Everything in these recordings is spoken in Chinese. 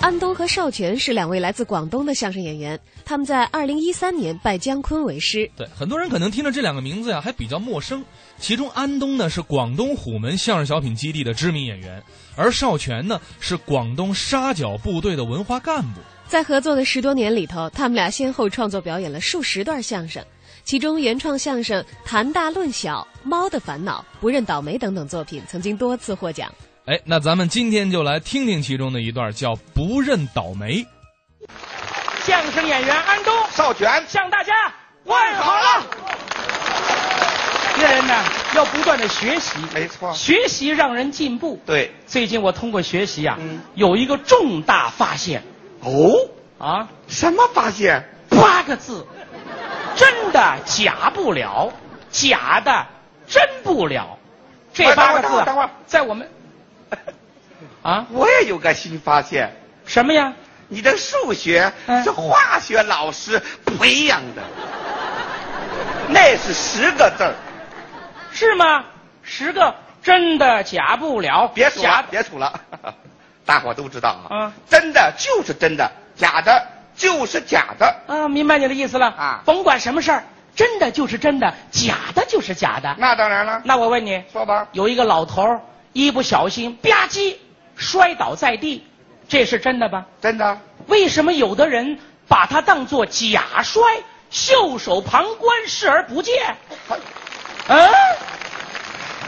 安东和邵全是两位来自广东的相声演员，他们在二零一三年拜姜昆为师。对，很多人可能听着这两个名字呀、还比较陌生。其中安东呢是广东虎门相声小品基地的知名演员，而邵全呢是广东沙脚部队的文化干部。在合作的十多年里头，他们俩先后创作表演了数十段相声，其中原创相声《谈大论小》《猫的烦恼》《不认倒霉》等等作品曾经多次获奖。哎，那咱们今天就来听听其中的一段，叫《不认倒霉》。相声演员安东少全，向大家问好了。一个人呢，要不断的学习，没错学习让人进步。对，最近我通过学习啊，嗯有一个重大发现哦，啊，什么发现？ 八个字，真的假不了，假的真不了，这八个字啊，哎等会儿等会儿等会儿在我们啊我也有个新发现，什么呀？你的数学嗯是化学老师培养的，那是十个字儿，是吗？十个真的假不了，别数假了的，别数了， 大伙都知道啊。嗯真的就是真的，假的就是假的，啊，明白你的意思了啊甭管什么事儿，真的就是真的，假的就是假的。那当然了。那我问你，说吧，有一个老头儿一不小心吧唧摔倒在地，这是真的吧？真的为什么有的人把它当作假摔，袖手旁观，视而不见？还嗯、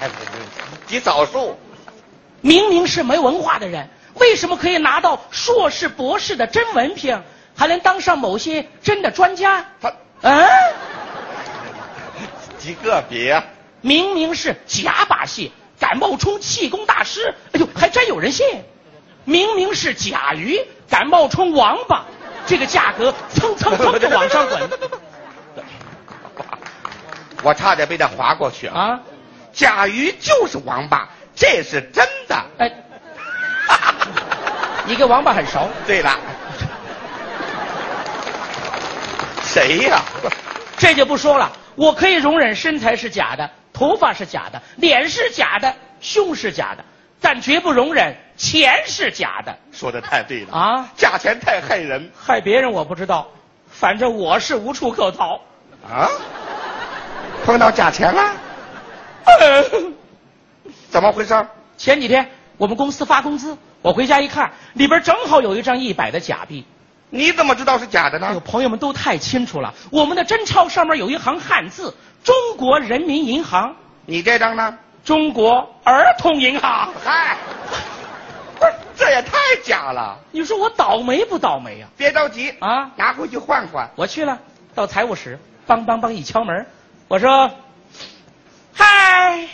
哎不不，你早数，明明是没文化的人，为什么可以拿到硕士、博士的真文凭，还能当上某些真的专家？他嗯、极个别啊。明明是假把戏，敢冒充气功大师，哎呦，还真有人信。明明是假鱼，敢冒充王八，这个价格蹭蹭蹭的往上滚我差点被他划过去啊！啊！甲鱼就是王八，这是真的。 哎， 你跟王八很熟，对了，谁呀、这就不说了。我可以容忍身材是假的，头发是假的，脸是假的，胸是假的，但绝不容忍钱是假的说的太对了啊！啊！价钱太害人害别人我不知道，反正我是无处可逃。 啊！碰到假钱了，怎么回事？前几天我们公司发工资，我回家一看，里边正好有一张一百的假币。你怎么知道是假的哎呦，呢？朋友们都太清楚了，我们的真钞上面有一行汉字：中国人民银行、你这张呢？中国儿童银行。嗨，不是，这也太假了！你说我倒霉不倒霉啊？别着急啊拿回去换换。我去了，到财务室，梆梆梆一敲门，我说：“嗨，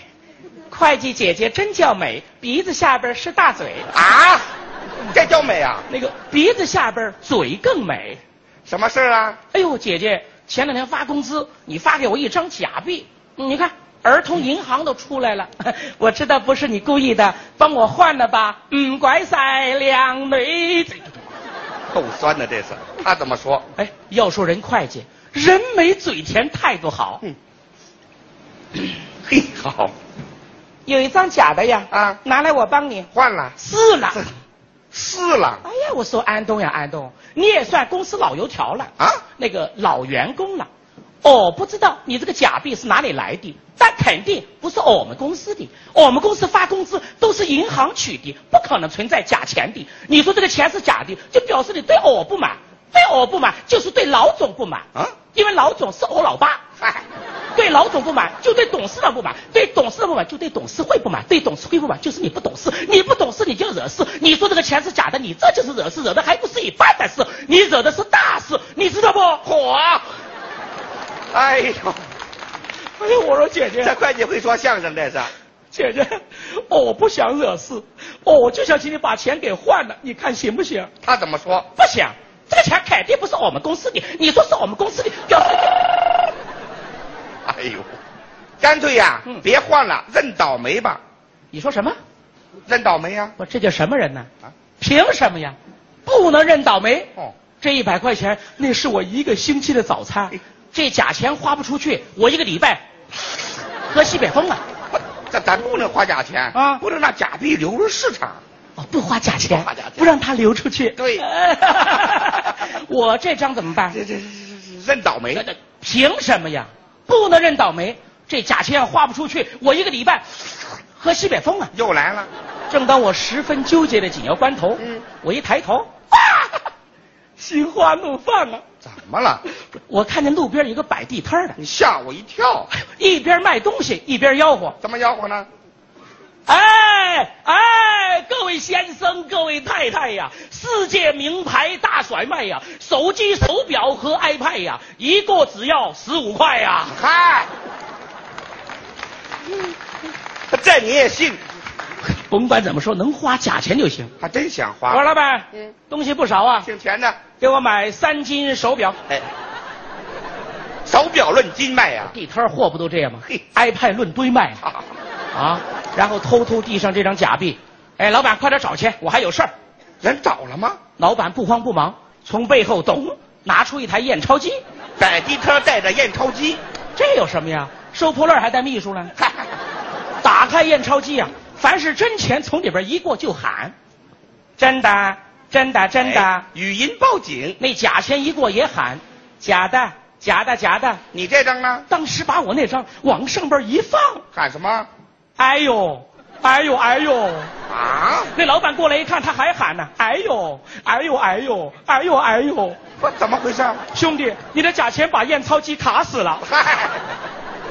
会计姐姐真叫美，鼻子下边是大嘴，啊，这叫美啊！那个鼻子下边嘴更美。”什么事儿啊？哎呦，姐姐，前两天发工资，你发给我一张假币，嗯你看儿童银行都出来了， 我知道不是你故意的，帮我换了吧。嗯，拐塞两枚。够酸的，这是。他怎么说？哎，要说人会计，人没嘴甜，态度好。嗯 嘿，好，有一张假的呀，啊拿来我帮你换了，撕了。 撕撕了哎呀，我说安东呀，安东，你也算公司老油条了啊那个老员工了。哦，不知道你这个假币是哪里来的，但肯定不是我们公司的。我们公司发工资都是银行取的，不可能存在假钱的。你说这个钱是假的，就表示你对我不满，对我不满就是对老总不满啊因为老总是我老爸。嗨，对老总不满，就对董事长不满；对董事长不满，就对董事会不满；对董事会不满，就是你不懂事，你不懂事你就惹事。你说这个钱是假的，你这就是惹事，惹的还不是一般的事，你惹的是大事，你知道不？火！ 哎呦，哎呦，我说姐这姐，会计会说相声，这是。姐姐，我不想惹事，哦我就想请你把钱给换了，你看行不行？他怎么说？不行，这个钱肯定不是我们公司的，你说是我们公司的，表示哎呦，干脆呀、嗯别换了，认倒霉吧，你说什么？认倒霉呀、我这叫什么人呢？啊！凭什么呀？不能认倒霉。哦，这一百块钱，那是我一个星期的早餐哎。这假钱花不出去，我一个礼拜喝西北风了。不，这咱不能花假钱啊不能让假币流入市场。哦，哦，不花假钱，不花假钱不让他流出去。对 我这张怎么办？这这这这认倒霉那那凭什么呀？不能认倒霉，这假钱要花不出去，我一个礼拜喝西北风啊！又来了，正当我十分纠结的紧要关头，嗯我一抬头，啊，心花怒放啊！怎么了？ 我看见路边有一个摆地摊的，你吓我一跳，一边卖东西一边吆喝怎么吆喝呢？：“哎哎，各位先生，各位太太呀，世界名牌大甩卖呀，手机、手表和 iPad 呀，一个只要十五块呀！”嗨，嗯这你也信？甭管怎么说，能花假钱就行。还真想我说花，老板，嗯东西不少啊，挺全的。给我买三斤手表。哎，手表论啊斤卖呀、地摊儿货不都这样吗？嘿，iPad 论堆卖啊啊！啊，然后偷偷递上这张假币。哎，老板，快点找去，我还有事儿。 人找了吗？老板不慌不忙，从背后咚拿出一台验钞机。摆地摊带着验钞 机，这有什么呀？收破烂还带秘书呢。嗨，打开验钞机啊，凡是真钱从里边一过就喊，真的，真的，真的。哎语音报警。那假钱一过也喊，假的，假的，假的。你这张呢？当时把我那张往上边一放，喊什么？哎呦，哎呦，哎呦！啊？那老板过来一看，他还喊呢，哎呦，哎呦，哎呦，哎呦，哎呦！不，怎么回事？兄弟，你的假钱把验钞机卡死了。嗨，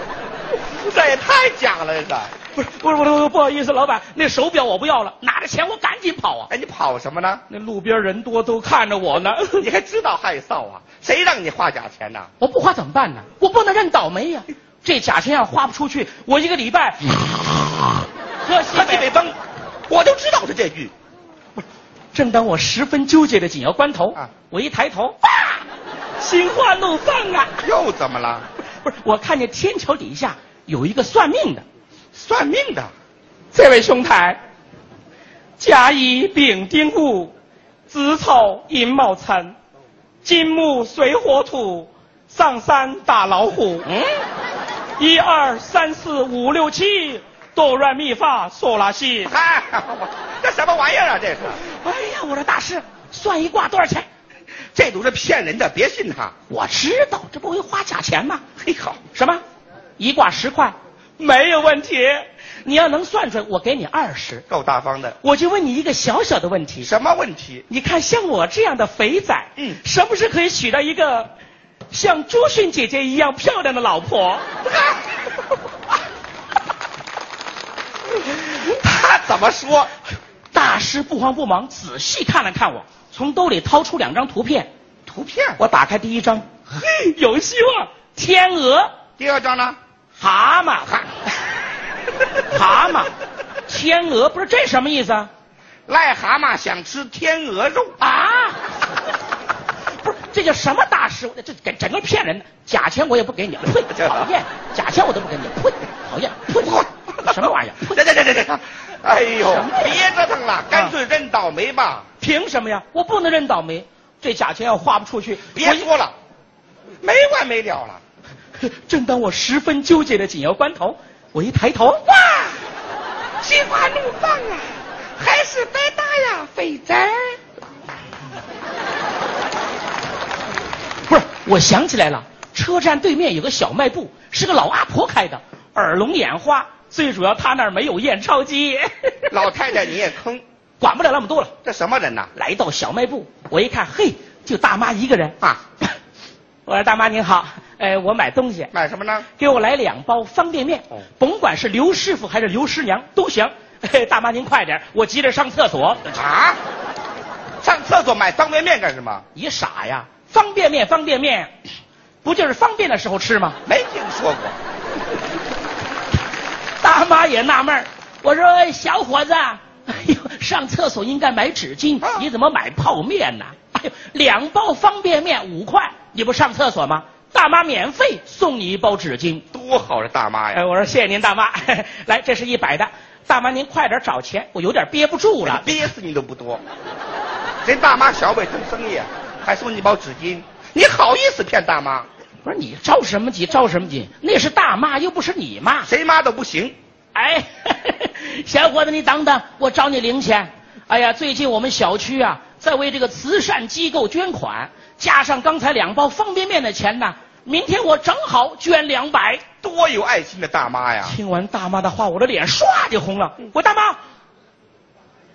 这也太假了，这个。不是，不是，不是，不好意思，老板，那手表我不要了，拿着钱我赶紧跑啊！哎，你跑什么呢？那路边人多，都看着我呢。 你还知道害臊啊？谁让你花假钱 呐、 我不花怎么办呢？我不能认倒霉呀、这假钱要花不出去，我一个礼 拜喝西喝西北风，我就知道是这句。正当我十分纠结的紧要关头，啊我一抬头，啊，心花怒放啊！又怎么了？不是，我看见天桥底下有一个算命的，算命的，这位兄台，甲乙丙丁戊，子丑寅卯辰，金木水火土，上山打老虎。嗯，一二三四五六七，哆来咪发嗦拉西。嗨，我 这什么玩意儿啊？这是，哎呀，我说大师，算一卦多少钱？这都是骗人的，别信他。我知道，这不会花假钱吗？嘿，好，什么？一卦十块，没有问题。你要能算出来，我给你二十。够大方的。我就问你一个小小的问题：什么问题？你看像我这样的肥仔，嗯什么时候可以娶到一个像朱迅姐姐一样漂亮的老婆？他怎么说？ 大师不慌不忙，仔细看了看我，从兜里掏出两张图片。图片。我打开第一张，嘿，有希望！天鹅、第二张呢？蛤蟆，蛤蛤蟆， 天鹅，不是这什么意思啊？癞蛤蟆想吃天鹅肉。啊！不是，这叫什么大师？我这这整个骗人的，假钱我也不给你，呸！讨厌，假钱我都不给你，呸！讨厌，呸！什么玩意 儿？这这这这这，哎呦什么，呀别折腾啊了，干脆认倒霉吧。凭什么呀？我不能认倒霉，这假钱要花不出去，别说了，没完没了了。我一。正当我十分纠结的紧要关头，我一抬头，哇！心花怒放啊，还是别打呀，肥宅。不是，我想起来了，车站对面有个小卖部，是个老阿婆开的，耳聋眼花，最主要她那儿没有验钞机。老太太你也坑， 管不了那么多了，这什么人呐？来到小卖部，我一看，嘿，就大妈一个人啊。 我说大妈您好，哎，我买东西，买什么呢？给我来两包方便面哦，甭管是刘师傅还是刘师娘都行。嘿，大妈您快点，我急着上厕所。啊？上厕所买方便面干什么？你傻呀，方便面方便面，不就是方便的时候吃吗？没听说过。大妈也纳闷儿我说哎小伙子，哎呦，上厕所应该买纸巾啊，你怎么买泡面呢？哎呦，两包方便面五块，你不上厕所吗？大妈免费送你一包纸巾。多好的大妈哎，呀！我说谢谢您，大妈。 来，这是一百的，大妈您快点找钱，我有点憋不住了。憋死你都不多。人大妈小伟做生意，啊还送你包纸巾，你好意思骗大妈？我说你着什么急，着什么急？那是大妈，又不是你妈。谁妈都不行。哎，小伙子，你等等，我找你零钱。哎呀，最近我们小区啊，在为这个慈善机构捐款，加上刚才两包方便面的钱呢，明天我正好捐两百。多有爱心的大妈呀！听完大妈的话，我的脸唰就红了。我大妈，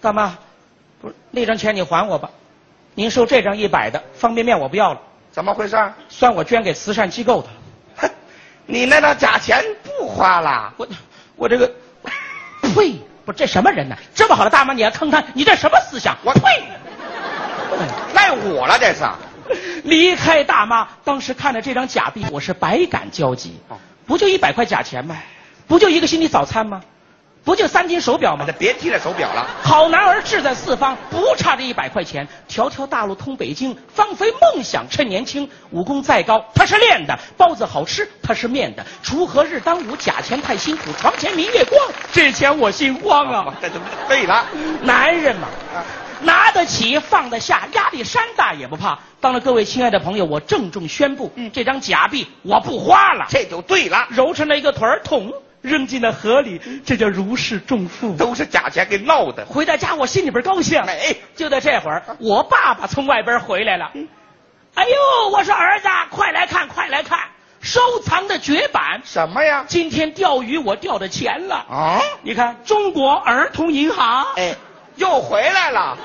大妈，不是那张钱你还我吧，您收这张一百的方便面我不要了，怎么回事儿？算我捐给慈善机构的。哼，你那张假钱不花啦？我我这个， 呸！不是这什么人呢？这么好的大妈你还坑他？你这什么思想？我呸！赖我了这是？离开大妈，当时看着这张假币，我是百感交集哦。不就一百块假钱吗？不就一个星期早餐吗？不就三金手表吗那？别提那手表了，好男儿志在四方，不差这一百块钱。条条大路通北京，放飞梦想趁年轻。武功再高，他是练的；包子好吃，他是面的。锄禾日当午，假钱太辛苦。床前明月光，这钱我心慌啊！这就废了。 男人嘛啊，拿得起放得下，压力山大也不怕。当着各位亲爱的朋友，我郑重宣布，嗯这张假币我不花了，这就对了，揉成了一个团儿桶，扔进了河里，这叫如释重负。都是假钱给闹的。回到家，我心里边高兴。哎，就在这会儿，嗯我爸爸从外边回来了。哎呦，我说儿子，快来看，快来看，收藏的绝版，什么呀？今天钓鱼我钓着钱了。啊？你看，中国儿童银行。哎，又回来了。